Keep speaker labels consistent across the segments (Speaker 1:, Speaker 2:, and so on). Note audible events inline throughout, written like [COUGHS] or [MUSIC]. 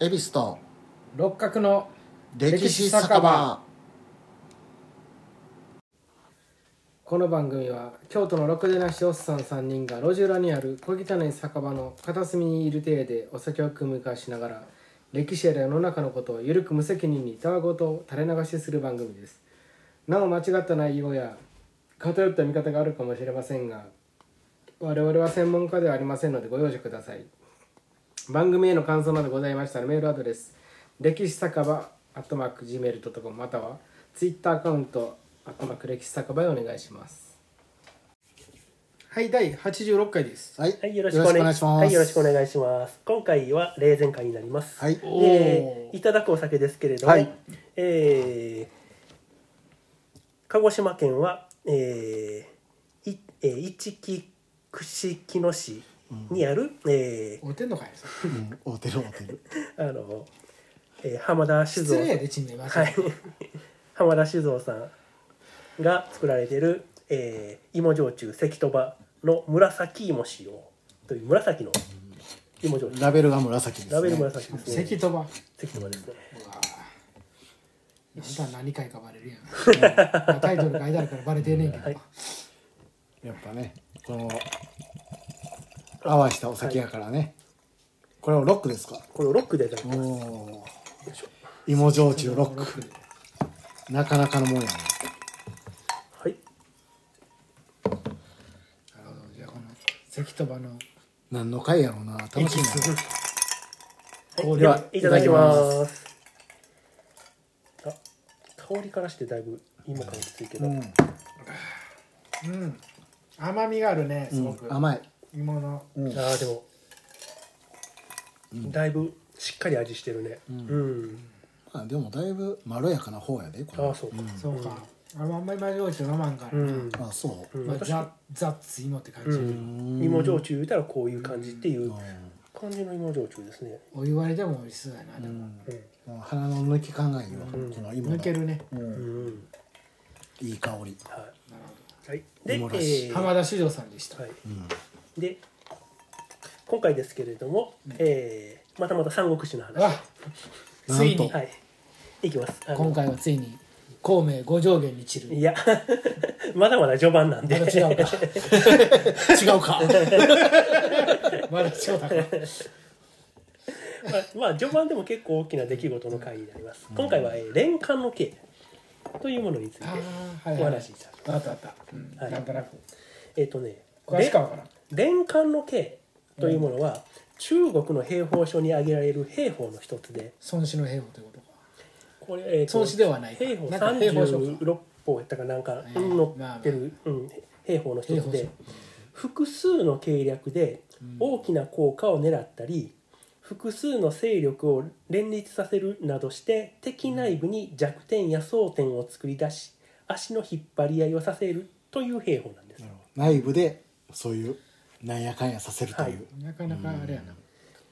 Speaker 1: 恵比寿と
Speaker 2: 六角の
Speaker 1: 歴史酒場
Speaker 2: この番組は京都のろくでなしおっさん3人が路地裏にある小汚い酒場の片隅にいる体でお酒を組み交わしながら歴史や世の中のことをゆるく無責任にたわごとを垂れ流しする番組ですなお間違った内容や偏った見方があるかもしれませんが我々は専門家ではありませんのでご容赦ください番組への感想などございましたらメールアドレス歴史酒場アットマーク Gmail.com またはツイッターアカウントアットマーク歴史酒場へお願いしますはい第86回です
Speaker 1: はい、
Speaker 3: はい、よろしくお願いします。はい、よろしくお
Speaker 1: いし
Speaker 3: 願いします。今回は霊前会になります。
Speaker 1: はい
Speaker 3: で、いただくお酒ですけれども、
Speaker 1: はい
Speaker 3: えー鹿児島県は、えーいえー、一木串木野市にある、え
Speaker 2: おてんのかいそれ
Speaker 1: [LAUGHS] うん合うてる合うてる
Speaker 3: ーあの、えー浜田酒造
Speaker 2: 失礼やでちんめま
Speaker 3: はい、 [LAUGHS] 浜田酒造さんが作られている、えー、芋焼酎関戸場の紫芋使用という紫の芋焼酎
Speaker 1: ラベルが紫です、ね、
Speaker 3: ラベル紫ですね
Speaker 2: 関とば
Speaker 3: 関戸場ですね
Speaker 2: なんだ何回かバレるやんタイトル書いてあるからバレてんねんけど、
Speaker 3: はい
Speaker 1: やっぱねこの合わしたお酒やからね、これをロックですか
Speaker 3: これをロックでいただきます
Speaker 1: おお芋焼酎ロックなかなかのもんやね
Speaker 3: はい
Speaker 2: なるほどじゃあこの関とばの
Speaker 1: 何の回やろうな楽
Speaker 2: エ
Speaker 1: し
Speaker 2: キ
Speaker 1: み
Speaker 2: ス
Speaker 3: はいい、
Speaker 1: で
Speaker 3: で
Speaker 1: は
Speaker 3: はいただきますあ香りからしてだいぶ芋感がついけど、
Speaker 1: やな、
Speaker 2: うん甘みがあるねすごく、
Speaker 1: うん、甘い
Speaker 2: 芋の
Speaker 3: あーでも、だいぶしっかり味してるねうん、
Speaker 1: まあでもだいぶまろやかな方やでこれ
Speaker 3: ああそうか、
Speaker 2: そうか、俺もあんまり魔女酒飲まんから
Speaker 3: う
Speaker 2: な、
Speaker 3: ん
Speaker 1: あそう、
Speaker 2: まあ、
Speaker 3: 確
Speaker 2: ザ・ザッツ芋って感じ、
Speaker 3: 芋焼酎言うたらこういう感じっていう感じの芋焼酎ですね
Speaker 2: お湯割りでも美味しそうやなでも、
Speaker 1: もう鼻の抜き考えよ、この芋の
Speaker 2: 抜けるね、
Speaker 3: うん
Speaker 1: いい香り
Speaker 3: は
Speaker 2: なるほ
Speaker 3: い、はい、で、え
Speaker 1: 芋らし
Speaker 3: ー
Speaker 2: ど浜田史郎さんでした、
Speaker 3: はいで今回ですけれども、えーまたまた三国志の話は
Speaker 2: あつい
Speaker 1: なん
Speaker 2: に
Speaker 1: と
Speaker 3: いいきますあの
Speaker 2: 今回はついに孔明五条元に散る
Speaker 3: いや [LAUGHS] まだまだ序盤なん
Speaker 2: ま
Speaker 3: で
Speaker 2: だ違 [LAUGHS] うか
Speaker 1: 違うか
Speaker 2: [LAUGHS] まだ違うか
Speaker 3: [LAUGHS] まあまあ序盤でも結構大きな出来事の回になります、今回は、えー連環の刑というものについて
Speaker 2: ああはい
Speaker 3: お
Speaker 2: はい
Speaker 3: 話しいただきます
Speaker 2: あったあった、うん
Speaker 3: はい
Speaker 2: なんとなく
Speaker 3: えっ、とね
Speaker 2: 詳しくは分からん
Speaker 3: 連環の刑というものは、中国の兵法書に挙げられる兵法の一つで
Speaker 2: 孫子の兵法ということか
Speaker 3: これ、えーと
Speaker 2: 孫子ではないか
Speaker 3: 兵法
Speaker 2: なんか兵法書か
Speaker 3: 36法やったかなんか
Speaker 2: えー
Speaker 3: 載ってる、うん、兵法の一つ
Speaker 2: 兵
Speaker 3: で
Speaker 2: 法
Speaker 3: 複数の計略で大きな効果を狙ったり、複数の勢力を連立させるなどして敵内部に弱点や争点を作り出し足の引っ張り合いをさせるという兵法なんです。
Speaker 1: 内部でそういうなんやかんやさせるという、
Speaker 2: なかなかあれやな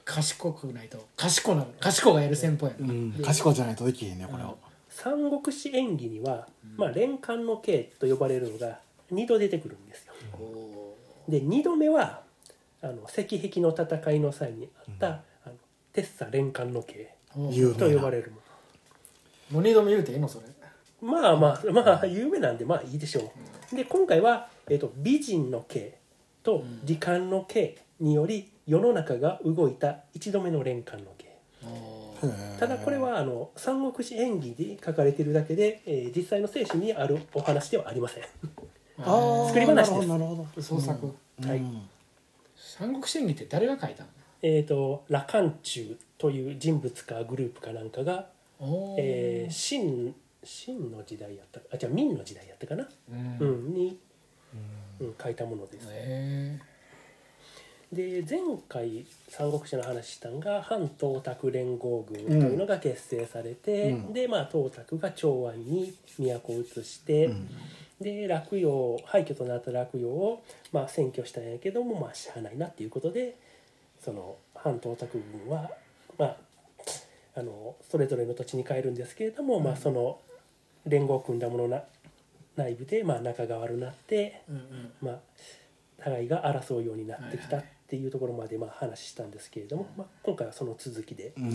Speaker 2: 賢くないと賢な賢がやる戦法やな、
Speaker 1: うん、賢いじゃないとできへんねこれを、
Speaker 3: 三国志演義には、まあ、連環の刑と呼ばれるのが2度出てくるんですよ。
Speaker 2: おー
Speaker 3: で2度目はあの石壁の戦いの際にあった、あのテッサ連環の刑
Speaker 2: おー
Speaker 1: 有
Speaker 3: と
Speaker 1: 名
Speaker 3: 呼
Speaker 1: な
Speaker 3: ばれるも
Speaker 2: もう二度目言うていいのそれ
Speaker 3: のまあまあまあ有名なんでまあいいでしょう。で今回は、えっと美人の刑と時間の刑により世の中が動いた1度目の連環の刑。
Speaker 2: お
Speaker 1: へ
Speaker 2: ー
Speaker 1: え
Speaker 3: ただこれはあの三国志演義で書かれてるだけで、えー実際の精神にあるお話ではありません。
Speaker 1: あー
Speaker 3: 作り話です
Speaker 1: なるほどなるほど
Speaker 2: 創作、
Speaker 3: はい
Speaker 1: うん
Speaker 2: 三国志演義って誰が書いたの
Speaker 3: えー、と羅漢中という人物かグループかなんかが、
Speaker 2: おー
Speaker 3: えー、秦秦の時代やったあじゃあ明の時代やったかな、
Speaker 2: うん
Speaker 3: うんに、うん、書いたものです。
Speaker 2: え
Speaker 3: で前回三国志の話したんが反東卓連合軍というのが結成されて、
Speaker 1: うん
Speaker 3: で、まあ、東卓が長安に都を移して、で洛陽廃墟となった洛陽を、まあ、占拠したんやけども、まあ、しゃあないなっていうことでその反東卓軍は、まあ、あのそれぞれの土地に帰るんですけれども、まあ、その連合を組んだものな内部で、まあ、仲が悪くなって。
Speaker 2: ーうんうん
Speaker 3: まあ、互いが争うようになってきたっっていうところまでまあ話したんですけれども、まあ、今回はその続きで、
Speaker 1: うん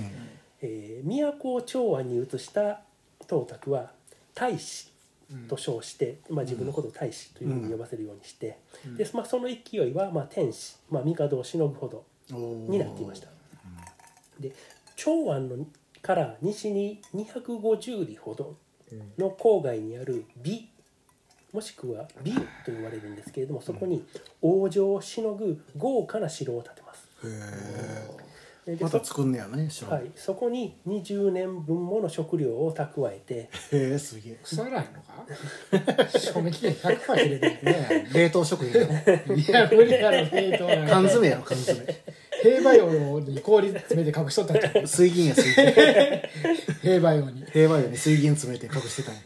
Speaker 3: えー都を長安に移した董卓は大使と称して、まあ、自分のことを大使というふうに呼ばせるようにして、でまあ、その勢いはまあ天使、まあ、帝をしのぐほど
Speaker 1: おー
Speaker 3: になっていました。で長安のから西に250里ほどの郊外にある美もしくは美と言われるんですけれどもそこに王城をしのぐ豪華な城を建てます。
Speaker 1: へえ
Speaker 3: で
Speaker 1: また
Speaker 3: そ
Speaker 1: 作んねやね白、
Speaker 3: はい、そこに20年分もの食料を蓄えて
Speaker 1: へえすげえ
Speaker 2: 腐らへんのか賞味期限100回入れて
Speaker 1: ねえ冷凍食品やろ
Speaker 2: るいや無理やろ冷凍なん
Speaker 1: 缶
Speaker 2: か
Speaker 1: 詰やろ缶詰
Speaker 2: 兵馬俑に氷詰めて隠しとったんじゃん
Speaker 1: 水銀や水銀
Speaker 2: 兵馬俑に
Speaker 1: 平和よね水銀詰めて隠してたんや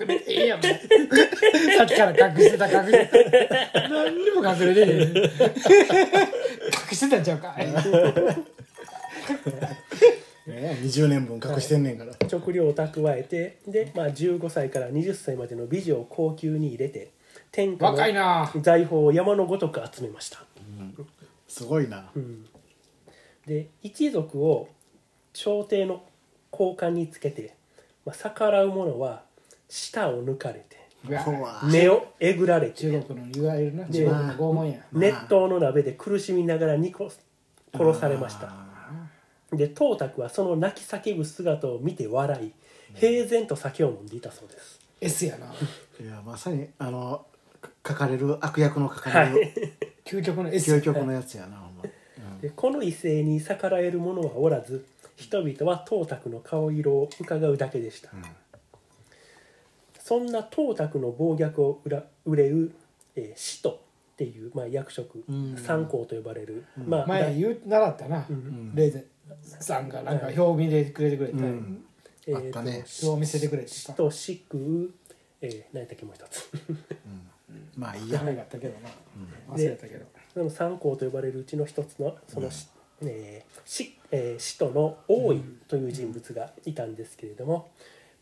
Speaker 2: 隠れてええやんもうさっきから隠してた隠してた何にも隠れてねえ隠してたんちゃうか
Speaker 1: ねえ20年分隠してんねんから、
Speaker 3: 食料を蓄えてで、まあ、15歳から20歳までの美女を高級に入れて天下
Speaker 2: 若い
Speaker 3: の
Speaker 2: な
Speaker 3: 財宝を山のごとく集めました。
Speaker 1: すごいな、
Speaker 3: で一族を朝廷の高官につけて、まあ、逆らう者は舌を抜かれて
Speaker 2: うわ
Speaker 1: 怖い
Speaker 3: 目をえぐられて
Speaker 2: 中国のいわゆるな
Speaker 3: で
Speaker 2: 中国の拷問や
Speaker 3: 熱湯の鍋で苦しみながらにこ殺されましたで董卓はその泣き叫ぶ姿を見て笑い平然と酒を飲んでいたそうです、
Speaker 2: S やない
Speaker 1: やまさにあのか書かれる悪役の書かれ
Speaker 3: はい
Speaker 1: る
Speaker 2: 究極の S
Speaker 1: 究極のやつやな、ほんま
Speaker 3: でこの威勢に逆らえる者はおらず人々は董卓の顔色をうかがうだけでした、そんな董卓の暴虐をうら憂う、えー、使徒っていう、まあ、役職、
Speaker 1: ん
Speaker 3: 三公と呼ばれる、まあ、
Speaker 2: 前言う習ったな、レーゼさんがなんか表を見てくれてくれた、
Speaker 1: うん
Speaker 3: [LAUGHS] えー
Speaker 1: あったね
Speaker 2: 表を見せてくれて
Speaker 3: 使
Speaker 2: さ
Speaker 3: 徒四空、えー、何やったっけもう一つ
Speaker 1: まあいい
Speaker 2: ダ
Speaker 1: や
Speaker 2: メだったけどな、忘れたけど
Speaker 3: その三公と呼ばれるうちの一つのその、しえーしえー使徒の王位という人物がいたんですけれども、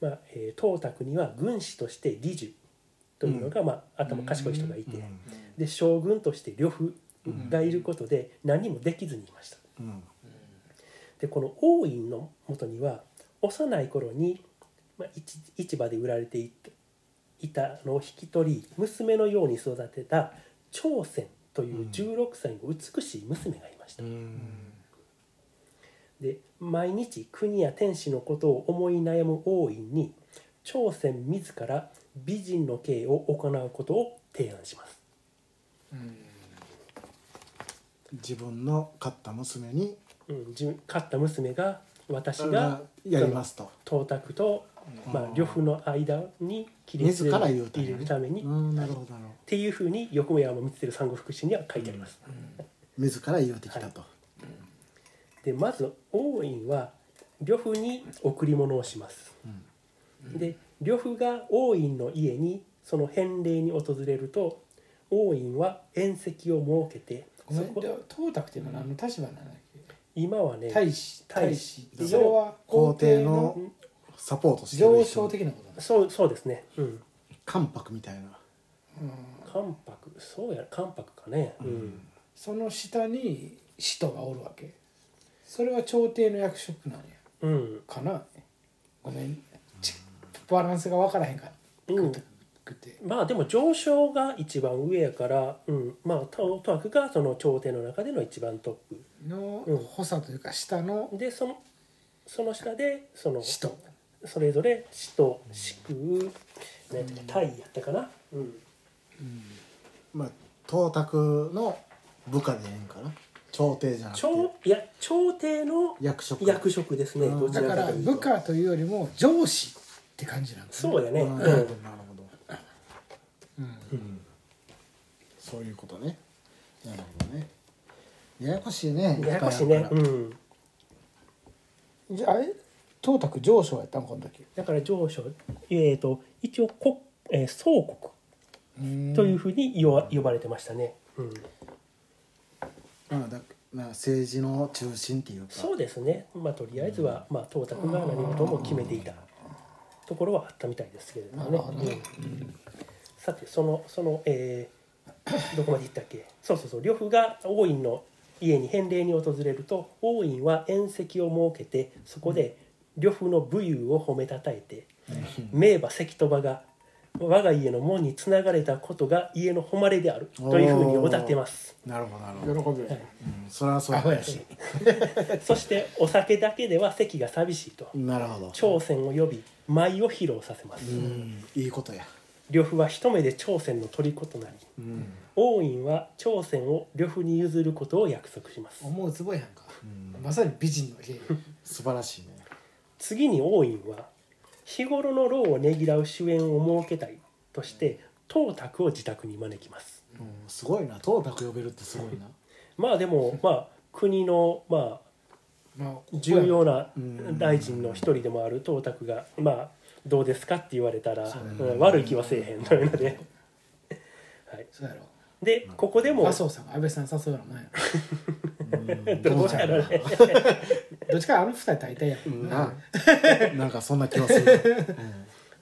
Speaker 3: まあえー董卓には軍師として李寿というのが、まあ、頭賢い人がいて、で将軍として呂布がいることで何もできずにいました。
Speaker 1: うん
Speaker 3: でこの王院のもとには幼い頃に、まあ、市市場で売られていたいたのを引き取り娘のように育てた朝鮮という16歳の美しい娘がいました、
Speaker 1: うん
Speaker 3: で毎日国や天使のことを思い悩む王院に朝鮮自ら美人の刑を行うことを提案します
Speaker 1: 自分の買った娘に
Speaker 3: うん、自分勝った娘が私
Speaker 1: が
Speaker 3: が
Speaker 1: やりますと
Speaker 3: 董卓と、まあ、呂布の間に切り
Speaker 1: 自ら言うたん
Speaker 3: 入
Speaker 1: や
Speaker 3: れ
Speaker 1: ね
Speaker 3: るために、
Speaker 1: う
Speaker 3: っ
Speaker 1: んなるほどなるほど
Speaker 3: ていうふうに横山光輝産後福祉には書いてあります、
Speaker 1: 自ら言うてきたと、
Speaker 3: でまず王院は呂布に贈り物をします、で呂布が王院の家にその返礼に訪れると王院は宴席を設けて
Speaker 2: ご
Speaker 3: そ
Speaker 2: めん
Speaker 3: こ
Speaker 2: 董卓っていうのは何の立場なの
Speaker 3: 今はね
Speaker 2: 大使
Speaker 3: 大
Speaker 2: 大
Speaker 3: 使
Speaker 2: 使それは
Speaker 1: 皇
Speaker 2: 皇
Speaker 1: 帝
Speaker 2: 帝
Speaker 1: の
Speaker 2: の
Speaker 1: サポートしてる
Speaker 2: 上
Speaker 1: 人
Speaker 2: 昇的なことな
Speaker 3: そうそうですね、うん、
Speaker 1: 関白みたいな
Speaker 3: 関白そうや関白かね、うん
Speaker 2: その下に使徒がおるわけそれは朝廷の役職なんや
Speaker 3: うん
Speaker 2: かなごめんちバランスが分からへんか
Speaker 3: うん
Speaker 2: くて
Speaker 3: まあでも上昇が一番上やから、うん、まあトトワクがその朝廷の中での一番トッ
Speaker 2: の
Speaker 3: うん
Speaker 2: 補佐というか下の
Speaker 3: プでそのその下でその
Speaker 2: 使徒
Speaker 3: それぞれ使と四空何やったかタイやったかな、うん、
Speaker 1: まあ董卓の部下でええんかな朝廷じゃなくて
Speaker 3: 朝いや朝廷の
Speaker 1: 役職
Speaker 3: 役職ですね
Speaker 1: うん
Speaker 3: どち
Speaker 2: だか
Speaker 3: らからというと
Speaker 2: 部下というよりも上司って感じなんですね
Speaker 3: そうやね、
Speaker 1: あー
Speaker 3: う
Speaker 1: なるほ
Speaker 3: ん
Speaker 1: ど、なるほど、うんそういうことねなるほどねややこしいね
Speaker 3: ややこしいね、
Speaker 1: ぱあ
Speaker 3: う
Speaker 1: るか
Speaker 3: ん、
Speaker 2: じゃああれ董卓上昇やったんこの時
Speaker 3: だから上昇えっ、と一応国、えー、総国というふうに呼ば呼ばれてましたね、うん、
Speaker 1: らまあだまあ政治の中心っていうか
Speaker 3: そうですね、まあ、とりあえずは、まあ、董卓が何事も決めていたところはあったみたいですけれどもね。うんさてそのその、えー [COUGHS] どこまで行ったっけそうそうそう呂布が王院の家に返礼に訪れると王院は宴席を設けてそこで呂布の武勇を褒めたたえて名馬関鳥羽が我が家の門につながれたことが家の誉れであるというふうにおだてます
Speaker 1: なるほどなるほ
Speaker 2: 喜ぶ
Speaker 1: ど、
Speaker 2: よね、
Speaker 1: うん、それはそう
Speaker 2: アホ
Speaker 1: や
Speaker 2: やし
Speaker 3: そしてお酒だけでは席が寂しいと
Speaker 1: なるほど
Speaker 3: 朝鮮を呼び舞を披露させます
Speaker 1: うんいいことや
Speaker 3: 呂布は一目で朝鮮の虜となり
Speaker 1: うん、
Speaker 3: 王院は朝鮮を呂布に譲ることを約束します
Speaker 2: 思うつぼやんか、
Speaker 1: うん
Speaker 2: まさに美人の家
Speaker 1: 素晴らしいね
Speaker 3: 次に王院は日頃の労をねぎらう主演を設けたいとして董卓を自宅に招きます
Speaker 1: うんすごいな董卓呼べるってすごいな
Speaker 3: まあでもまあ国のま
Speaker 2: まあ
Speaker 3: あ重要な
Speaker 1: うん
Speaker 3: 大臣の一人でもある董卓がまあどうですかって言われたら、
Speaker 1: そうね
Speaker 3: うん悪い気はせえへんというのではい
Speaker 2: そうやろ
Speaker 3: でここでも
Speaker 2: 麻生さんが安倍さん誘うのなんやろ
Speaker 1: うん
Speaker 3: どうやろうね
Speaker 2: どっちかあの二人大体やもんな
Speaker 1: ななんかそんな気はする、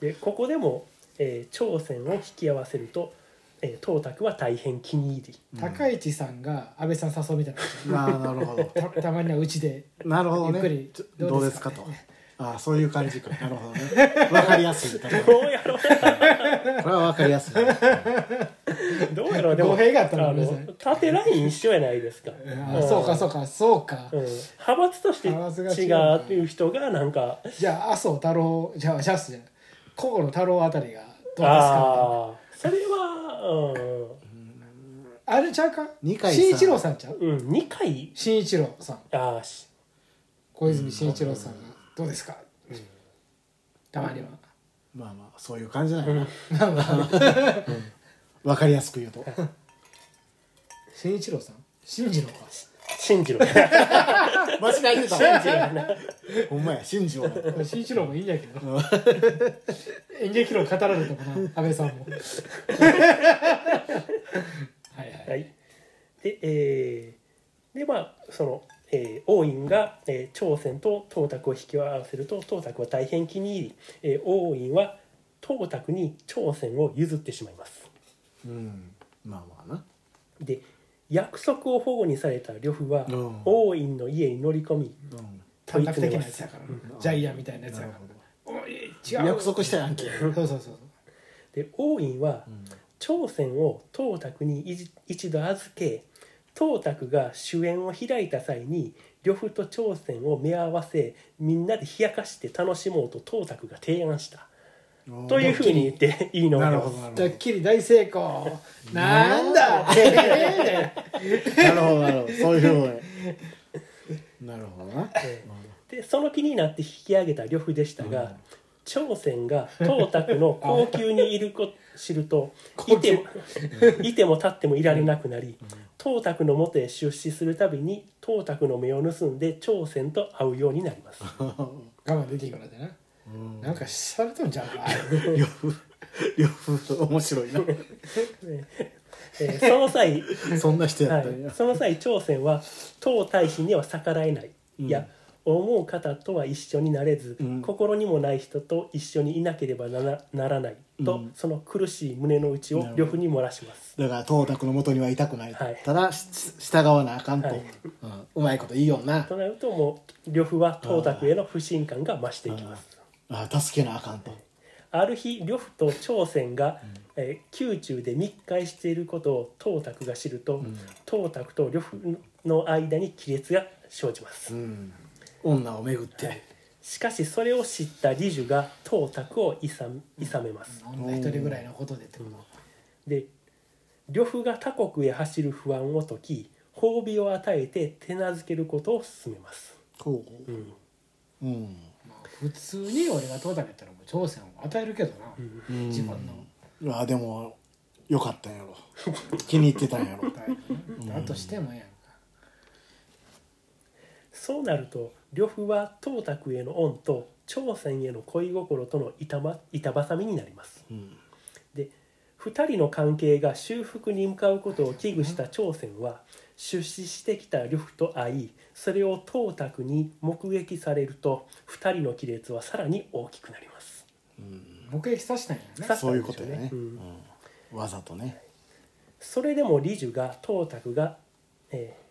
Speaker 3: でここでも、えー朝鮮を引き合わせると、えー、董卓は大変気に入り
Speaker 1: うん
Speaker 2: 高市さんが安倍さん誘うみたいな
Speaker 1: う
Speaker 2: 感
Speaker 1: ん、ああなるほど
Speaker 2: じ
Speaker 3: [LAUGHS]
Speaker 2: たたまにはうちで
Speaker 1: なるほどね
Speaker 2: ゆっくり
Speaker 1: ちょ
Speaker 2: ど
Speaker 1: ど
Speaker 2: う
Speaker 1: う
Speaker 2: で
Speaker 1: ですす
Speaker 2: か
Speaker 1: かとああそういう感じかなるほどねわかりやすいこ
Speaker 3: どうやろ
Speaker 2: [LAUGHS]
Speaker 3: う
Speaker 1: れはわかりやすい
Speaker 3: どうやろうでも
Speaker 2: 語弊があったのご
Speaker 3: あ
Speaker 2: めんなさ
Speaker 3: の縦ライン一緒やないですか
Speaker 2: あそうかそうかそうか、
Speaker 3: うん、派閥として
Speaker 2: 派閥が違う
Speaker 3: 違うっていう人がなんか
Speaker 2: じゃあ麻生太郎じゃあジャスじゃない河野太郎あたりがどうですか
Speaker 3: ああそれは
Speaker 2: あれちゃうか
Speaker 1: 二階さん
Speaker 2: 新一郎さんちゃう
Speaker 3: うん、うん、2回
Speaker 2: 新一郎さん
Speaker 3: ああし
Speaker 2: 小泉進一郎さんが「どうですかたまには
Speaker 1: まあまあそういう感じなのわかりやすく言うと
Speaker 2: 進一郎さん進次
Speaker 1: [LAUGHS]
Speaker 2: 郎か
Speaker 3: 信じろ
Speaker 1: 間違えてた [LAUGHS] ほんまや信じようや
Speaker 2: 進一郎もいいんやけど [LAUGHS] 演劇論語られてもな安倍さんもはいはい、
Speaker 3: はい、で,、えーでまあその、えー王院が、えー朝鮮と董卓を引き合わせると董卓は大変気に入り、えー王院は董卓に朝鮮を譲ってしまいます
Speaker 1: うんまあま
Speaker 3: で約束を保護にされた呂布は、
Speaker 1: うん
Speaker 3: 王院の家に乗り込み
Speaker 1: あな、うん、
Speaker 2: 短絡的なやつやからな、
Speaker 1: うん
Speaker 2: ジャイアンみたいなやつや
Speaker 1: な
Speaker 2: か
Speaker 1: るほ
Speaker 2: ら
Speaker 1: ど
Speaker 2: おい違う
Speaker 1: 約束したやんけ、
Speaker 2: そうそうそうそう
Speaker 3: で王院は
Speaker 1: うん
Speaker 3: 朝鮮を董卓に一一度預け董卓が主演を開いた際に呂布と朝鮮を目合わせみんなで冷やかして楽しもうと董卓が提案したというふうに言っていいの
Speaker 1: な
Speaker 3: か
Speaker 1: るほどな
Speaker 2: じゃっ
Speaker 1: る
Speaker 2: きり大成功なんだって
Speaker 1: ほどなるほどなるほどそういうふうになるほどな
Speaker 3: えーでその気になって引き上げた呂布でしたが、朝鮮が董卓の高級にいるこ知る
Speaker 1: [LAUGHS]
Speaker 3: といてもいても立ってもいられなくなり董卓の元へ出資するたびに董卓の目を盗んで朝鮮と会うようになります。
Speaker 2: [LAUGHS] 我慢できんからでな
Speaker 1: うん
Speaker 2: なんかされとんじゃ
Speaker 1: [LAUGHS]
Speaker 2: んか
Speaker 1: 両夫両夫面白いな
Speaker 3: えーそ
Speaker 1: [LAUGHS]
Speaker 3: の際、
Speaker 1: そんな人や
Speaker 3: は
Speaker 1: ったん
Speaker 3: い
Speaker 1: や、
Speaker 3: その際朝鮮は唐大使には逆らえない、
Speaker 1: うん
Speaker 3: いや思う方とは一緒になれず、
Speaker 1: うん
Speaker 3: 心にもない人と一緒にいなければならならない
Speaker 1: う
Speaker 3: と、
Speaker 1: ん
Speaker 3: その苦しい胸の内
Speaker 1: なるほど
Speaker 3: を呂布に漏らします。
Speaker 1: だから董卓の元にはいたくない、
Speaker 3: はい
Speaker 1: ただし従わなあかんと、
Speaker 3: はい
Speaker 1: うん、うまいこといいよな
Speaker 3: となるともう呂布は董卓への不信感が増していきます。
Speaker 1: あ助けなあかんと
Speaker 3: ある日呂布と朝鮮が、えー宮中で密会していることを董卓が知ると、董卓と呂布の間に亀裂が生じます。
Speaker 1: うん女を巡って
Speaker 3: しかしそれを知った李樹が董卓をいさめます
Speaker 2: 女一人ぐらいのことでってこ
Speaker 3: で呂布が他国へ走る不安を解き褒美を与えて手なずけることを勧めます、
Speaker 1: こ
Speaker 3: う
Speaker 1: うんうん、
Speaker 2: と、まあ、普通に俺が東大やったらもう朝鮮を与えるけどな、
Speaker 1: うん、
Speaker 2: 自分の
Speaker 1: あでもよかったんやろ [LAUGHS] 気に入ってたんやろ
Speaker 2: 態度なだとしてもええやんか
Speaker 3: そうなると呂布は董卓への恩と朝鮮への恋心との板,、ま、板挟みになります
Speaker 1: うん
Speaker 3: で2人の関係が修復に向かうことを危惧した朝鮮は出資してきた呂布と会いそれを董卓に目撃されると2人の亀裂はさらに大きくなります
Speaker 1: うん
Speaker 2: 目撃させたんやね
Speaker 3: さ
Speaker 1: そういうことやね
Speaker 3: うん
Speaker 1: うんわざとね
Speaker 3: それでも李寿が董卓が、えー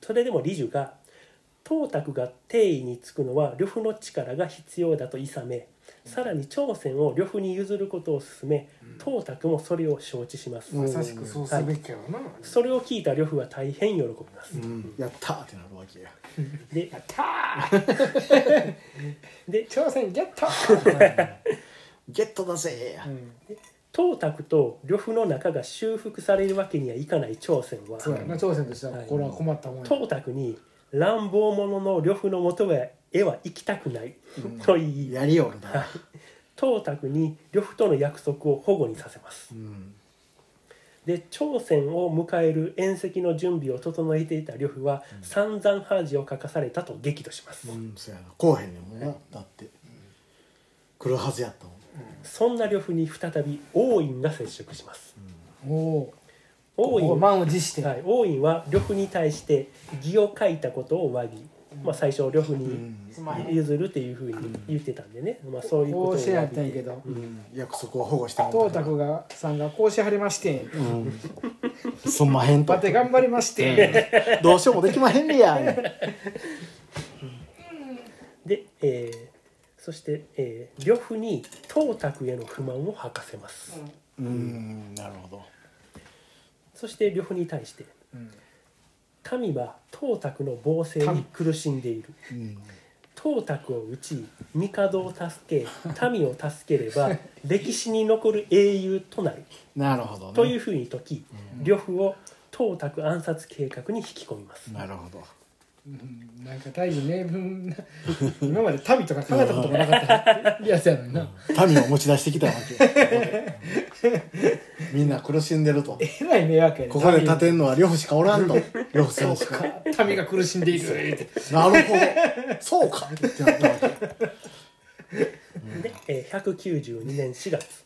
Speaker 3: それでも李寿が董卓が帝位につくのは呂布の力が必要だと諌めさらに朝鮮を呂布に譲ることを勧め董卓もそれを承知します、
Speaker 2: まさしくそうすべきやろな、
Speaker 3: それを聞いた呂布は大変喜びます、
Speaker 1: うん、やったーってなるわけや
Speaker 3: で
Speaker 2: やったー
Speaker 3: で
Speaker 2: 朝鮮ゲットー、
Speaker 1: ゲットだぜー、
Speaker 2: うん、
Speaker 3: 董卓と呂布の仲が修復されるわけにはいかない朝鮮は
Speaker 2: そうやな朝鮮としては
Speaker 3: はい
Speaker 2: これは困ったもんや、
Speaker 3: 董卓に乱暴者の呂布のもとへは行きたくない、と言い
Speaker 1: やりよるな、 [LAUGHS]
Speaker 3: 董卓に呂布との約束を保護にさせます
Speaker 1: うん
Speaker 3: で朝鮮を迎える宴席の準備を整えていた呂布は散々恥をかかされたと激怒します、
Speaker 1: うんそうやなこうへんねんもんなだって、来るはずやったもん
Speaker 3: そんな呂布に再び王院が接触します、
Speaker 2: お
Speaker 3: 王院
Speaker 2: お満を持して、
Speaker 3: はい、王院は呂布に対して義を書いたことを詫び、まあ、最初呂布に
Speaker 1: ん
Speaker 2: すまへん
Speaker 3: 譲るっていうふうに言ってたんでね、まあ、そういうこ
Speaker 2: こと
Speaker 3: を
Speaker 2: うしてや
Speaker 3: 詫
Speaker 2: ったんや
Speaker 3: び
Speaker 2: け
Speaker 3: て
Speaker 2: ど
Speaker 1: 約束を保護しても
Speaker 2: 董
Speaker 1: らった
Speaker 2: 卓がさんがこうしはりまして
Speaker 1: うん、そんまへんと
Speaker 2: バテ頑張りまして
Speaker 1: どうしようもできまへんねや、 [LAUGHS]
Speaker 3: で、えーそして、えー呂布に董卓への不満を吐かせます、
Speaker 1: うんなるほど
Speaker 3: そして呂布に対して
Speaker 2: うん
Speaker 3: 民は董卓の暴政に苦しんでいる
Speaker 1: うん
Speaker 3: 董卓を討ち帝を助 [LAUGHS] け民を助ければ歴史に残る英雄となる
Speaker 1: なるほどね
Speaker 3: というふうに解き呂布を董卓暗殺計画に引き込みます
Speaker 1: なるほど
Speaker 2: うんなんか大義名分な今まで民とか考えたこともなかったやつやのにな
Speaker 1: 民を持ち出してきたわけみんな苦しんでると
Speaker 2: えらい迷惑やね
Speaker 1: ここで立てんのは両夫しかおらんと両夫さんしか
Speaker 2: 民民が苦しんでいるって
Speaker 1: なるほどそうかってなったわけ
Speaker 3: で、えー192年4月、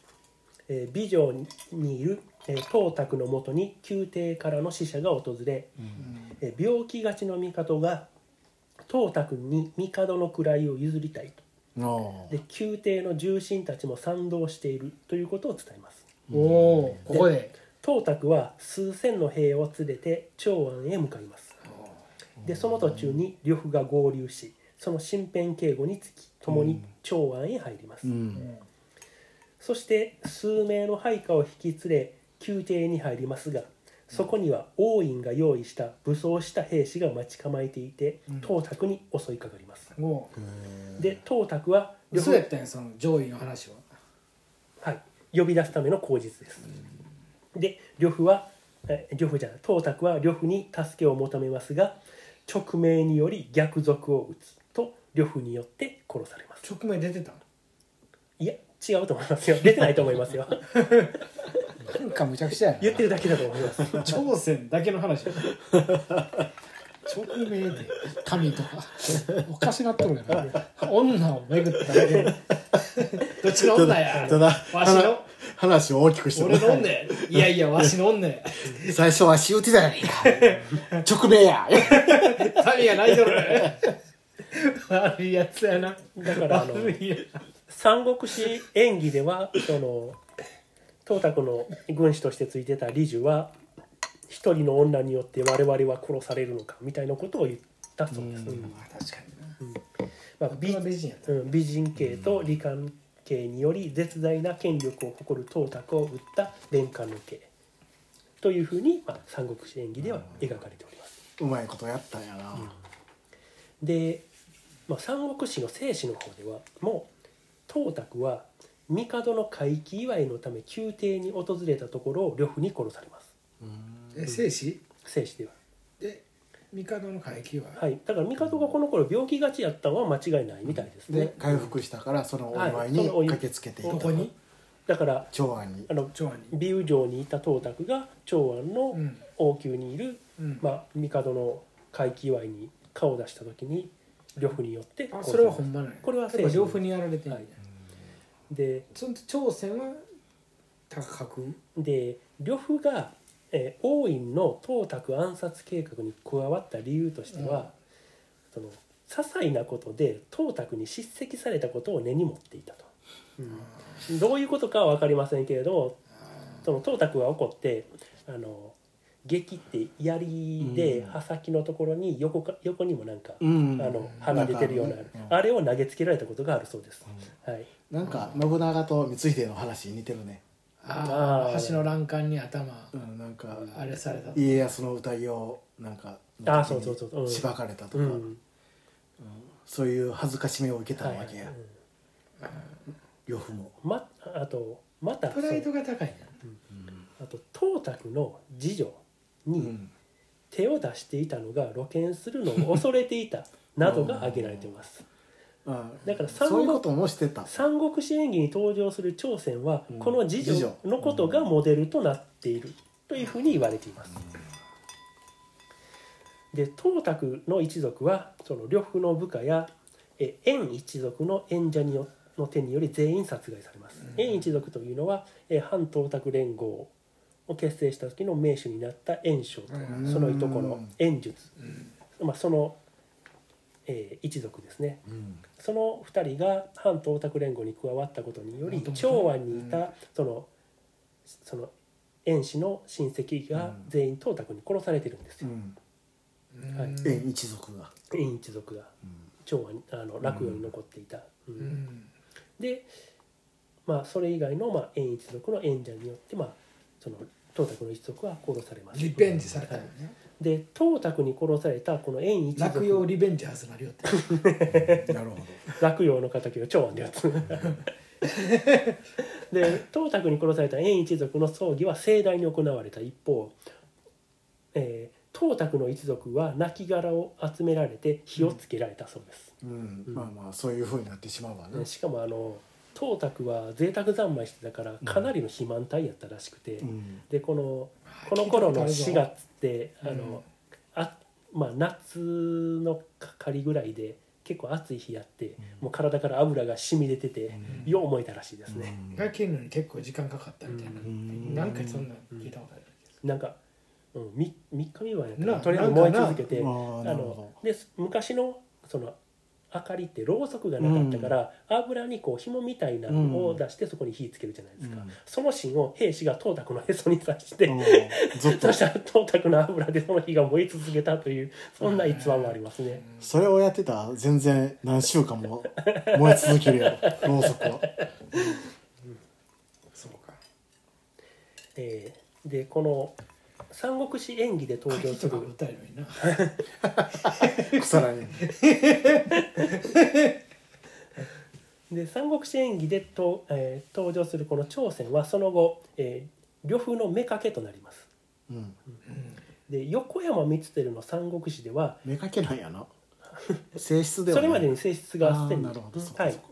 Speaker 3: えー美女にいる、えー董卓のもとに宮廷からの使者が訪れ、えー病気がちの帝が董卓に帝の位を譲りたい
Speaker 1: の
Speaker 3: とで宮廷の重臣たちも賛同しているということを伝えます
Speaker 2: おおーここで
Speaker 3: 董卓は数千の兵を連れて長安へ向かいますでその途中に呂布が合流しその身辺警護につき共に長安へ入ります、
Speaker 1: うん
Speaker 3: そして数名の配下を引き連れ宮廷に入りますがそこには王院が用意した武装した兵士が待ち構えていて董卓に襲いかかります、
Speaker 2: も
Speaker 3: で董卓は
Speaker 2: う
Speaker 3: 呂
Speaker 2: 嘘や
Speaker 3: 布
Speaker 2: っ、たんやその上位の話は
Speaker 3: はい、呼び出すための口実です、で呂布はえ呂布じゃない董卓は呂布に助けを求めますが勅命により逆賊を撃つと呂布によって殺されます
Speaker 2: 直前出てた
Speaker 3: いや違うと思いますよ出てないと思いますよ
Speaker 2: なんかむちゃくちゃやな
Speaker 3: 言ってるだけだと思います
Speaker 2: 朝鮮だけの話直命で神とかおかしなっとるやな女を巡っただ [LAUGHS] けどっちの
Speaker 1: ただ
Speaker 2: 女や
Speaker 1: ただ
Speaker 2: わしの
Speaker 1: 話を大きくして
Speaker 2: 俺の女やいやいやわしの女や [LAUGHS]
Speaker 1: 最初は仕打ちだよ直命や
Speaker 2: 神が泣いとる悪いやつやな
Speaker 3: だからあの
Speaker 2: 悪いや
Speaker 3: 三国志演義ではその董卓の軍師としてついてた李寿は一人の女によって我々は殺されるのかみたいなことを言ったそうです、うん
Speaker 2: 確かにな
Speaker 3: まあ、
Speaker 2: これ
Speaker 3: 美
Speaker 2: は美人やった
Speaker 3: うん美人系と理官系により絶大な権力を誇る董卓を撃った連関の系というふうに、まあ、三国志演義では描かれております。
Speaker 1: うまいことやったんやな
Speaker 3: で、まあ、三国志の正史の方ではもう董卓は帝の回帰祝いのため宮廷に訪れたところを呂布に殺されます
Speaker 2: え生死
Speaker 3: 正史では
Speaker 2: で帝の回帰は
Speaker 3: はいだから帝がこの頃病気がちやったのは間違いないみたいですね
Speaker 1: で回復したからそのお祝い
Speaker 3: はいそのお
Speaker 1: に
Speaker 3: 祝い
Speaker 1: 駆けつけてい
Speaker 2: ど
Speaker 1: た
Speaker 2: こに
Speaker 3: だから
Speaker 1: 長安に
Speaker 3: あの
Speaker 2: 長安に
Speaker 3: 美羽城にいた董卓が長安の
Speaker 2: うん
Speaker 3: 王宮にいる、
Speaker 2: うん
Speaker 3: まあ、帝の回帰祝いに顔を出した時に呂布によって
Speaker 2: あ
Speaker 3: 殺
Speaker 2: それはほんまなんや
Speaker 3: これは
Speaker 2: やっぱ両夫にやられてんねん
Speaker 3: はいで
Speaker 2: その朝鮮は高く
Speaker 3: で呂布が、えー王院の董卓暗殺計画に加わった理由としては、その些細なことで董卓に叱責されたことを根に持っていたと、どういうことかは分かりませんけれどもその董卓が怒ってあの劇って槍で刃先のところに横か横にもなんか、
Speaker 1: うん
Speaker 3: あの歯が出てるような
Speaker 1: なんかあるね
Speaker 3: あれを投げつけられたことがあるそうです、はい
Speaker 1: なんか信長と光秀の話に似てるね、
Speaker 2: あ
Speaker 3: あ
Speaker 2: あ
Speaker 3: ー
Speaker 2: 橋の欄干に頭
Speaker 1: うん、なんか
Speaker 2: あれされた
Speaker 1: 家康の宴をなんか
Speaker 3: あそうそうそううん
Speaker 1: しばかれたと
Speaker 3: う
Speaker 1: か、
Speaker 3: ん
Speaker 1: そういう恥ずかしめを受けた
Speaker 3: はい
Speaker 1: わけや、
Speaker 3: うん
Speaker 1: 呂布も
Speaker 3: まあとまた
Speaker 2: プライドが高い
Speaker 3: そうあと董卓の次女
Speaker 1: う
Speaker 3: に
Speaker 1: ん
Speaker 3: 手を出していたのが露見するのを恐れてい
Speaker 1: [LAUGHS]
Speaker 3: たなどが挙げられています
Speaker 1: あ
Speaker 3: だから三
Speaker 1: そう
Speaker 3: 国
Speaker 1: いうこともしてた
Speaker 3: 三国志演義に登場する朝鮮は
Speaker 1: うん
Speaker 3: この次
Speaker 1: 次
Speaker 3: 女
Speaker 1: 女
Speaker 3: のことがモデルとなっているというふうに言われています。で董卓の一族はその呂布の部下やえ燕一族の縁者によの手により全員殺害されます。燕一族というのはえ反董卓連合を結成した時の名手になった燕将と
Speaker 1: うん
Speaker 3: そのいとこの燕術、まあ、その、えー一族ですね。
Speaker 1: うん
Speaker 3: その2人が反董卓連合に加わったことにより
Speaker 2: 元々ね
Speaker 3: 長安にいうたそのその遠氏の親戚が全員董卓に殺されてるんです
Speaker 1: う
Speaker 3: よ
Speaker 1: ん
Speaker 2: な
Speaker 3: はい
Speaker 1: え一族が、
Speaker 3: 遠一族が長安にあの洛陽に残っていた。う
Speaker 2: うんん
Speaker 3: でまあそれ以外のまあ遠一族の縁者によってまあその董卓の一族は殺されます。
Speaker 2: リベンジされたよね
Speaker 3: で董卓に殺されたこの遠一
Speaker 2: 落葉
Speaker 3: 族
Speaker 2: リベンジャーズなるよって
Speaker 1: なるほど
Speaker 3: 洛陽の敵を長安でやつで董卓に殺された燕一族の葬儀は盛大に行われた一方、えー董卓の一族は亡骸を集められて火をつけられたそうです、
Speaker 1: うん、
Speaker 3: うん
Speaker 1: まあまあそういうふうになってしまうわね
Speaker 3: で、しかもあの董卓は贅沢三昧してたからかなりの肥満体やったらしくて、
Speaker 1: うん
Speaker 3: でこのこの頃の4月ってあ
Speaker 2: うん
Speaker 3: の、あまあ、夏のかかりぐらいで結構暑い日やって、もう体から油が染み出てて、よう思えたらしいですね、
Speaker 2: が切るのに結構時間かかったみたいな、
Speaker 1: うん
Speaker 2: なんかそんなの聞いたことある
Speaker 3: なんか、うん、3, 三日三晩やった
Speaker 2: な
Speaker 3: らとりあえず燃
Speaker 2: な
Speaker 3: え
Speaker 2: んかな
Speaker 3: 続けて
Speaker 1: あ
Speaker 3: あ
Speaker 1: ーなる
Speaker 3: の
Speaker 1: ほ
Speaker 3: で昔のその明かりってろうそくがなかったから、油にこう紐みたいなのを出してそこに火つけるじゃないですか、
Speaker 1: うん
Speaker 3: その芯を兵士が董卓のへそに刺して、
Speaker 1: どうんずっと
Speaker 3: そしたら董卓の油でその火が燃え続けたというそんな逸話もありますね。
Speaker 1: それをやってたら全然何週間も燃え続けるやろ
Speaker 3: [LAUGHS]
Speaker 1: ろうそくは
Speaker 2: そうか
Speaker 3: えーでこの三国志演義で登場
Speaker 2: 鍵
Speaker 3: す
Speaker 2: とか
Speaker 3: る
Speaker 2: 歌えるのにな
Speaker 1: 草らに
Speaker 3: で三国志演義でと、えー登場するこの朝鮮はその後、えー呂布の妾となります。
Speaker 1: うん
Speaker 3: で横山光輝の三国志では
Speaker 1: 目かけなんや [LAUGHS] な性質では
Speaker 3: そ
Speaker 1: ない
Speaker 3: れまでに性質がすでに
Speaker 1: あーなるほどそっ
Speaker 3: は
Speaker 1: か
Speaker 3: い
Speaker 1: そっか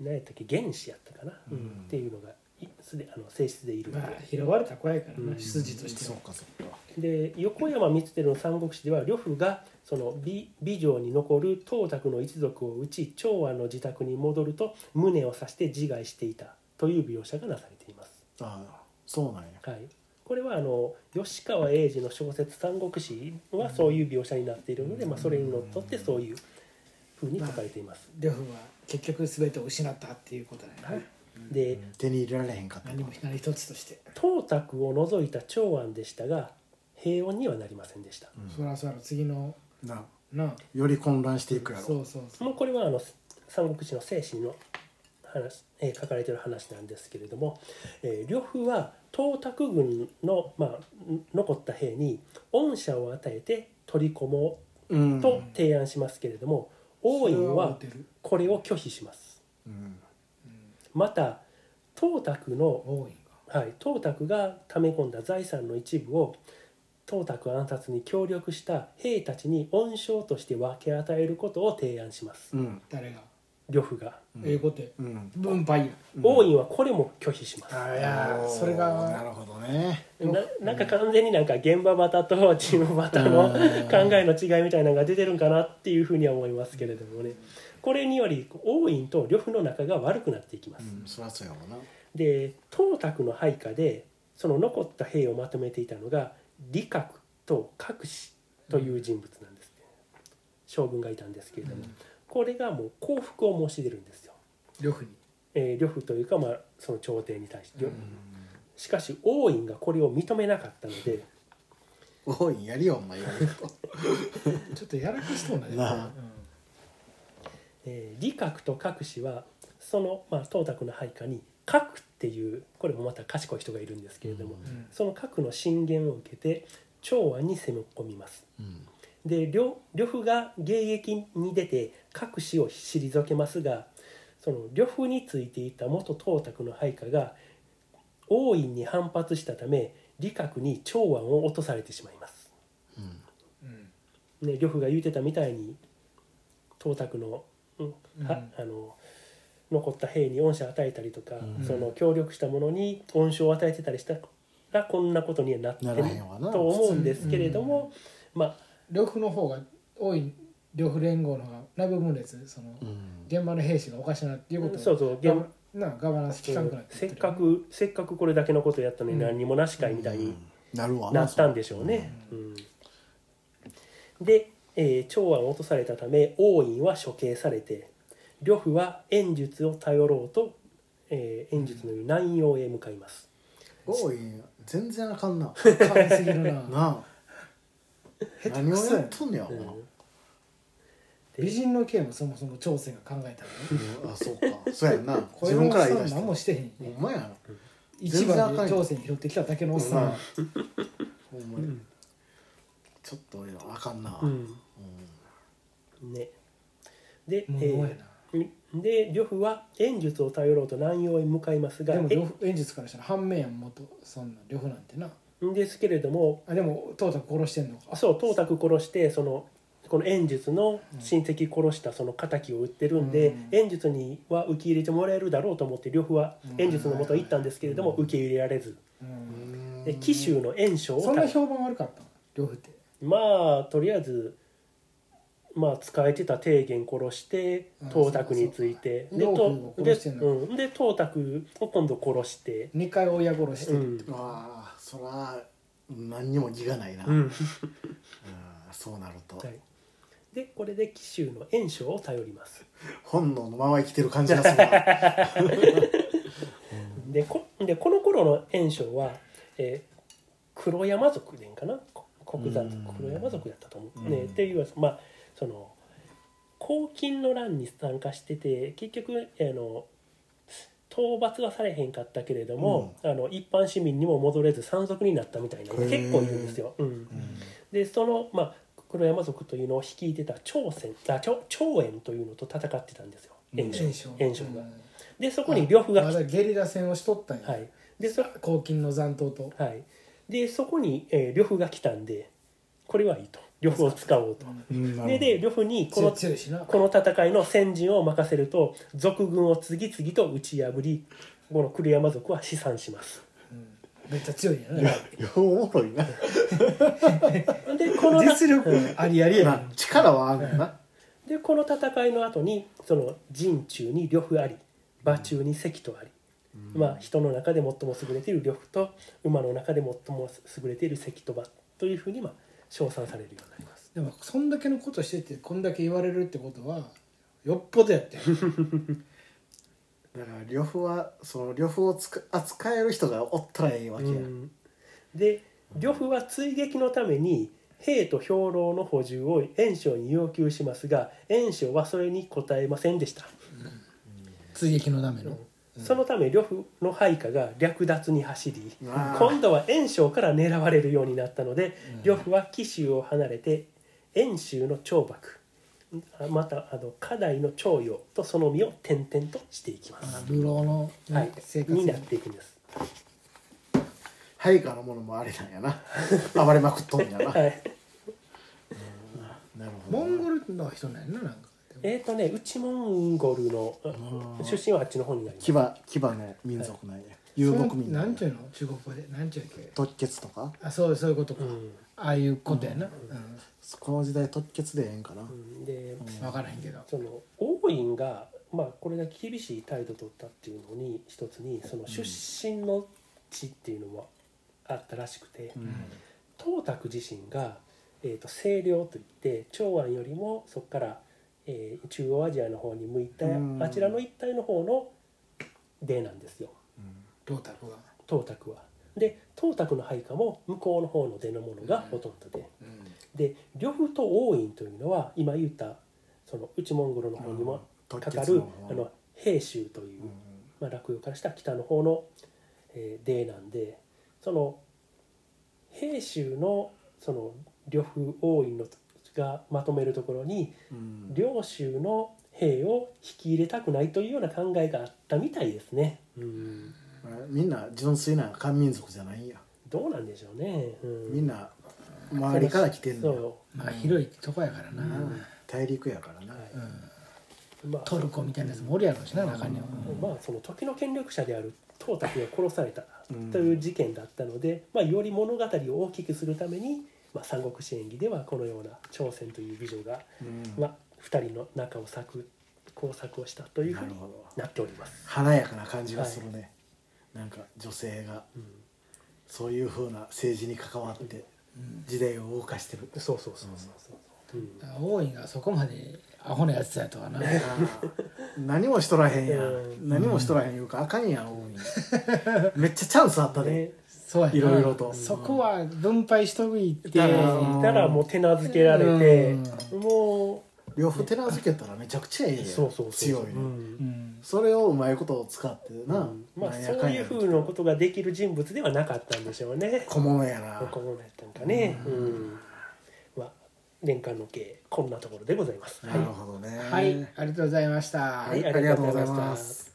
Speaker 3: 何やったっけ原子やったかな、うん
Speaker 1: うん
Speaker 3: っていうのがいすであの性質でいる。
Speaker 2: まあ拾われたら怖いからな、
Speaker 3: うん
Speaker 2: 出自として
Speaker 1: そ
Speaker 2: は
Speaker 1: っかそっか
Speaker 3: で横山光輝の三国志では呂布がその美美女に残る董卓の一族を討ち長安の自宅に戻ると胸を刺して自害していたという描写がなされています。
Speaker 1: ああそうなんや
Speaker 3: はい、これはあの吉川英治の小説「三国志」はそういう描写になっているので、まあ、それにのっとってそういうふうに書かれています。
Speaker 2: 呂布は結局全てを失ったっていうことだよね
Speaker 3: で
Speaker 1: 手に入れられへんかった
Speaker 2: 何も何一つとして、
Speaker 3: 董卓を除いた長安でしたが平穏にはなりませんでした。
Speaker 2: そらそら次の
Speaker 1: な
Speaker 2: なあ
Speaker 1: より混乱していくや
Speaker 2: そ
Speaker 1: ろ
Speaker 2: うそうそう
Speaker 3: もうこれはあの三国志の精神の話、えー書かれてる話なんですけれども、えー呂布は董卓軍の、まあ、ん残った兵に恩赦を与えて取り込も
Speaker 1: うん
Speaker 3: うと提案しますけれども、王院はこれを拒否します。
Speaker 1: うん
Speaker 3: また董卓の
Speaker 2: 多いんか
Speaker 3: はい、董卓が溜め込んだ財産の一部を董卓暗殺に協力した兵たちに恩賞として分け与えることを提案します
Speaker 1: うん
Speaker 2: 誰が
Speaker 3: 呂布が、
Speaker 1: うん
Speaker 2: 英語で
Speaker 1: うん
Speaker 2: 分配や
Speaker 3: 王院はこれも拒否します、
Speaker 2: あいやー
Speaker 1: おー
Speaker 2: それ
Speaker 1: な
Speaker 2: が
Speaker 1: るほどね
Speaker 3: ななんか完全になんか現場バタとチームバタの
Speaker 1: うん
Speaker 3: 考えの違いみたいなのが出てるんかなっていうふうには思いますけれどもねこれにより王院と呂布の仲が悪くなっていきます、
Speaker 1: うんそりゃそうやろな
Speaker 3: で董卓の配下でその残った兵をまとめていたのが李閣と郭氏という人物なんですね、将軍がいたんですけれども、これがもう降伏を申し出るんですよ、
Speaker 2: 呂布に
Speaker 3: えー、呂布というか、まあ、その朝廷に対して、
Speaker 2: うん
Speaker 3: しかし王院がこれを認めなかったので
Speaker 1: おいやりよお
Speaker 3: [LAUGHS]
Speaker 1: 前やると
Speaker 2: ちょっとやらかしそうなね
Speaker 1: なあ
Speaker 3: えー李閣と郭氏はその、まあ、董卓の配下に郭っていうこれもまた賢い人がいるんですけれども、
Speaker 1: うん
Speaker 2: うん
Speaker 3: その郭の進言を受けて長安に攻め込みます
Speaker 1: うん
Speaker 3: で呂呂布が迎撃に出て郭氏を退けますがその呂布についていた元董卓の配下が大いに反発したため李郭に長安を落とされてしまいます。
Speaker 1: うん
Speaker 2: うん
Speaker 3: ね、呂布が言うてたみたいに董卓の,、うん
Speaker 2: うん
Speaker 3: はあの残った兵に恩赦与えたりとか、
Speaker 1: うん
Speaker 3: その協力した者に恩賞を与えてたりしたらこんなことにはなって
Speaker 1: な
Speaker 3: る
Speaker 1: らへんわな
Speaker 3: と思うんですけれども、まあ
Speaker 2: 両夫の方が多い両夫連合の方が内部分裂その
Speaker 1: うん
Speaker 2: 現場の兵士がおかしなっていうこと
Speaker 3: そうそう現
Speaker 2: なあガバナンス効かなくなって
Speaker 3: せっかくせっかくこれだけのことやったのに何にもなしかいみたいに
Speaker 1: なるわ
Speaker 3: なったんでしょうね。うんで、えー長安を落とされたため王院は処刑されて呂布は演術を頼ろうと、えー、演術の南陽へ向かいます。
Speaker 1: おい全然あかんな
Speaker 2: 変わりすぎるな
Speaker 1: な
Speaker 3: [LAUGHS]
Speaker 1: あ
Speaker 2: 下手
Speaker 1: 何
Speaker 2: く
Speaker 1: を
Speaker 2: そ
Speaker 1: や
Speaker 2: や
Speaker 1: っとんねやろな、
Speaker 2: 美人の刑もそもそも朝鮮が考えたのね
Speaker 1: うんあそうかそうやんな
Speaker 2: これ
Speaker 1: 自
Speaker 2: も
Speaker 1: 分
Speaker 2: お
Speaker 1: から言い
Speaker 2: っ
Speaker 1: 出
Speaker 2: さん
Speaker 1: し
Speaker 2: 何も
Speaker 1: た
Speaker 2: してへん
Speaker 1: ほんまやな
Speaker 2: 一番で朝鮮拾ってきただけのおっさん
Speaker 1: ほんまにちょっと俺らあかんな、
Speaker 3: うんね、で、え
Speaker 2: もう
Speaker 3: ー
Speaker 2: や
Speaker 3: うんで呂布は演術を頼ろうと南陽へ向かいます
Speaker 2: な
Speaker 3: が
Speaker 2: でも両夫演術からしたら反面やん元そんな両夫なんてな
Speaker 3: えですけれども
Speaker 2: あでもとうとう殺してんのか
Speaker 3: そう董卓殺してそのこの演術の親戚殺したその敵を売ってるん
Speaker 2: う
Speaker 3: で、
Speaker 2: ん
Speaker 3: 演術には受け入れてもらえるだろうと思って呂布は
Speaker 2: うん
Speaker 3: 演術のもとへ行ったんですけれども、
Speaker 1: うん
Speaker 3: 受け入れられず、
Speaker 2: う
Speaker 1: うんん
Speaker 3: で紀州の炎章を
Speaker 2: そんな
Speaker 3: た
Speaker 2: 評判悪かったの両夫って
Speaker 3: まあとりあえずまあ使えてた提言殺して
Speaker 2: うん
Speaker 3: 董卓について、
Speaker 2: そう
Speaker 3: で
Speaker 2: か
Speaker 3: と
Speaker 2: そうか老夫を
Speaker 3: で
Speaker 2: 殺してんの
Speaker 3: うんで董卓を今度殺して、
Speaker 2: 二回親殺して
Speaker 3: う
Speaker 2: る
Speaker 3: ん
Speaker 1: ああそら何にも義がないな、
Speaker 3: う
Speaker 1: うん
Speaker 3: ん、
Speaker 1: そうなると、
Speaker 3: はい、でこれで紀州の炎章を頼ります
Speaker 1: 本能のまま生きてる感じがするな
Speaker 3: でこでこの頃の炎章は、えー黒山族でんかなこ国山
Speaker 1: うん
Speaker 3: 族黒山族やったと思う、
Speaker 1: うん
Speaker 3: ねっていうのはまあその黄巾の乱に参加してて結局あの討伐はされへんかったけれども、あの一般市民にも戻れず山賊になったみたいなのが結構いるんですよ。うんでその、まあ、黒山族というのを率いてた朝鮮あ長長円というのと戦ってたんですよ炎
Speaker 2: 炎
Speaker 3: 章
Speaker 2: 症
Speaker 3: 炎章が。
Speaker 2: うん
Speaker 3: でそこに呂布が
Speaker 2: ま
Speaker 3: 来
Speaker 2: だゲリラ戦をしとったんや、
Speaker 3: た、はい、でそ
Speaker 2: 黄金の残党と
Speaker 3: はい、でそこに、えー、呂布が来たんでこれはいいと呂布を使おうと。
Speaker 1: うんなるほど
Speaker 3: でで呂布にこ
Speaker 2: 強い
Speaker 3: の
Speaker 2: 強いしな
Speaker 3: この戦いの先陣を任せると賊軍を次々と打ち破りこの栗山族は死産します。
Speaker 2: うんめっちゃ強いんや
Speaker 1: よ
Speaker 2: な
Speaker 1: うおもろいな
Speaker 3: でこのな
Speaker 2: 実力
Speaker 3: うん
Speaker 2: ありありや
Speaker 1: な
Speaker 2: な
Speaker 1: 力はあるな、
Speaker 3: でこの戦いの後にその陣中に呂布あり馬中に関とあり、まあ、人の中で最も優れている呂布と馬の中で最も優れている関と馬というふうにまあ称賛されるようになります。
Speaker 2: でもそんだけのことしててこんだけ言われるってことはよっぽどやって
Speaker 3: [LAUGHS]
Speaker 2: ん
Speaker 1: だから呂布はその呂布をつく扱える人がおったらええわけや、
Speaker 3: うんで呂布は追撃のために兵と兵糧の補充を袁紹に要求しますが袁紹はそれに応えませんでした、
Speaker 2: 追撃のための
Speaker 3: そのため呂布の配下が略奪に走り
Speaker 1: あー
Speaker 3: 今度は袁紹から狙われるようになったので呂布は紀州を離れて遠州の長幕あまたあの家内の長陽とその身を転々としていきます、
Speaker 2: 流浪の
Speaker 3: はい
Speaker 2: 生、活
Speaker 3: にな
Speaker 2: や
Speaker 3: っていくんです
Speaker 1: 配下のものもあれなんやな [LAUGHS] 暴れまくっとんやな
Speaker 3: はい
Speaker 1: なるほど
Speaker 2: モンゴルの人なんやななんか
Speaker 3: えーとね、内モンゴルの
Speaker 1: ん
Speaker 3: 出身はあっちの方になります
Speaker 1: 牙。牙の民族なんや、遊
Speaker 2: そ
Speaker 1: 牧
Speaker 2: の
Speaker 1: 民
Speaker 2: なんてい
Speaker 1: や
Speaker 2: うの中国語でなんていうっけ
Speaker 1: 突血とか
Speaker 2: あそうそういうことか、
Speaker 3: うん
Speaker 2: ああいうことやな、うん
Speaker 1: この時代突血でええんかな、
Speaker 3: うんで、
Speaker 2: 分からへんけど
Speaker 3: その王院がまあこれだけ厳しい態度を取ったっていうのに一つにその出身の地っていうのもあったらしくて、董卓自身がえーと西陵といって長安よりもそこからえー中央アジアの方に向いた
Speaker 1: うん
Speaker 3: あちらの一帯の方の出なんですよ
Speaker 2: ロータルが
Speaker 3: 董卓は。で董卓の配下も向こうの方の出のものがほとんどで、で呂布と王院というのは今言ったその内モンゴルの方にも
Speaker 1: う
Speaker 3: か
Speaker 1: ん
Speaker 3: か
Speaker 1: 突厥の
Speaker 3: る
Speaker 1: 方
Speaker 3: あの平州という、まあ、落語からしたら北の方の、えー、出なんでその平州のその呂布王院のがまとめるところに
Speaker 1: うん
Speaker 3: 領州の兵を引き入れたくないというような考えがあったみたいですね。うん、
Speaker 1: みんな純粋な漢民族じゃないんや、
Speaker 3: どうなんでしょうね。うん、
Speaker 1: みんな周りから来てんのよ
Speaker 3: そ
Speaker 4: まあ広いとこやからな、
Speaker 1: うん大陸やからな、
Speaker 3: はい
Speaker 4: うん
Speaker 3: う、まあ、
Speaker 4: トルコみたいなやつもおるやろうしな中には、
Speaker 3: まあその時の権力者である董卓が殺された
Speaker 1: うん
Speaker 3: という事件だったので、まあ、より物語を大きくするために、まあ、三国志演義ではこのような朝鮮という美女が、
Speaker 1: うん
Speaker 3: まあ、2人の仲を裂く工作をしたというふうに
Speaker 1: なるほど
Speaker 3: なっております。
Speaker 1: 華やかな感じがするね、なんか女性が
Speaker 3: うん
Speaker 1: そういうふうな政治に関わって時代を謳歌してる、
Speaker 3: そうそうそうそうそう、うん
Speaker 4: だから王院がそこまでアホなやつやとはな、
Speaker 1: あー [LAUGHS] 何もしとらへんや、
Speaker 3: うん
Speaker 1: 何もしとらへんいうかあかんやん多い [LAUGHS] めっちゃチャンスあったで、
Speaker 3: ね
Speaker 4: そうやない
Speaker 1: ろいろと
Speaker 4: そこは分配しといて、
Speaker 1: だか
Speaker 3: で
Speaker 1: ら
Speaker 3: いたらもう手なずけられて、も
Speaker 1: 両方手なずけたらめちゃくちゃええや
Speaker 3: うんそうそうそう
Speaker 1: 強いね、
Speaker 3: うん
Speaker 4: うん
Speaker 1: それをうまいことを使ってな、
Speaker 3: うんまあ
Speaker 1: なん
Speaker 3: そ
Speaker 1: やか
Speaker 3: うんい
Speaker 1: や
Speaker 3: うふうなことができる人物ではなかったんでしょうね。
Speaker 1: 小物やな
Speaker 3: こうなったんかね。うん。まあ年間の計こんなところでございます。
Speaker 1: なるほどね、
Speaker 4: はいありがとうございました、
Speaker 1: はいありがとうございます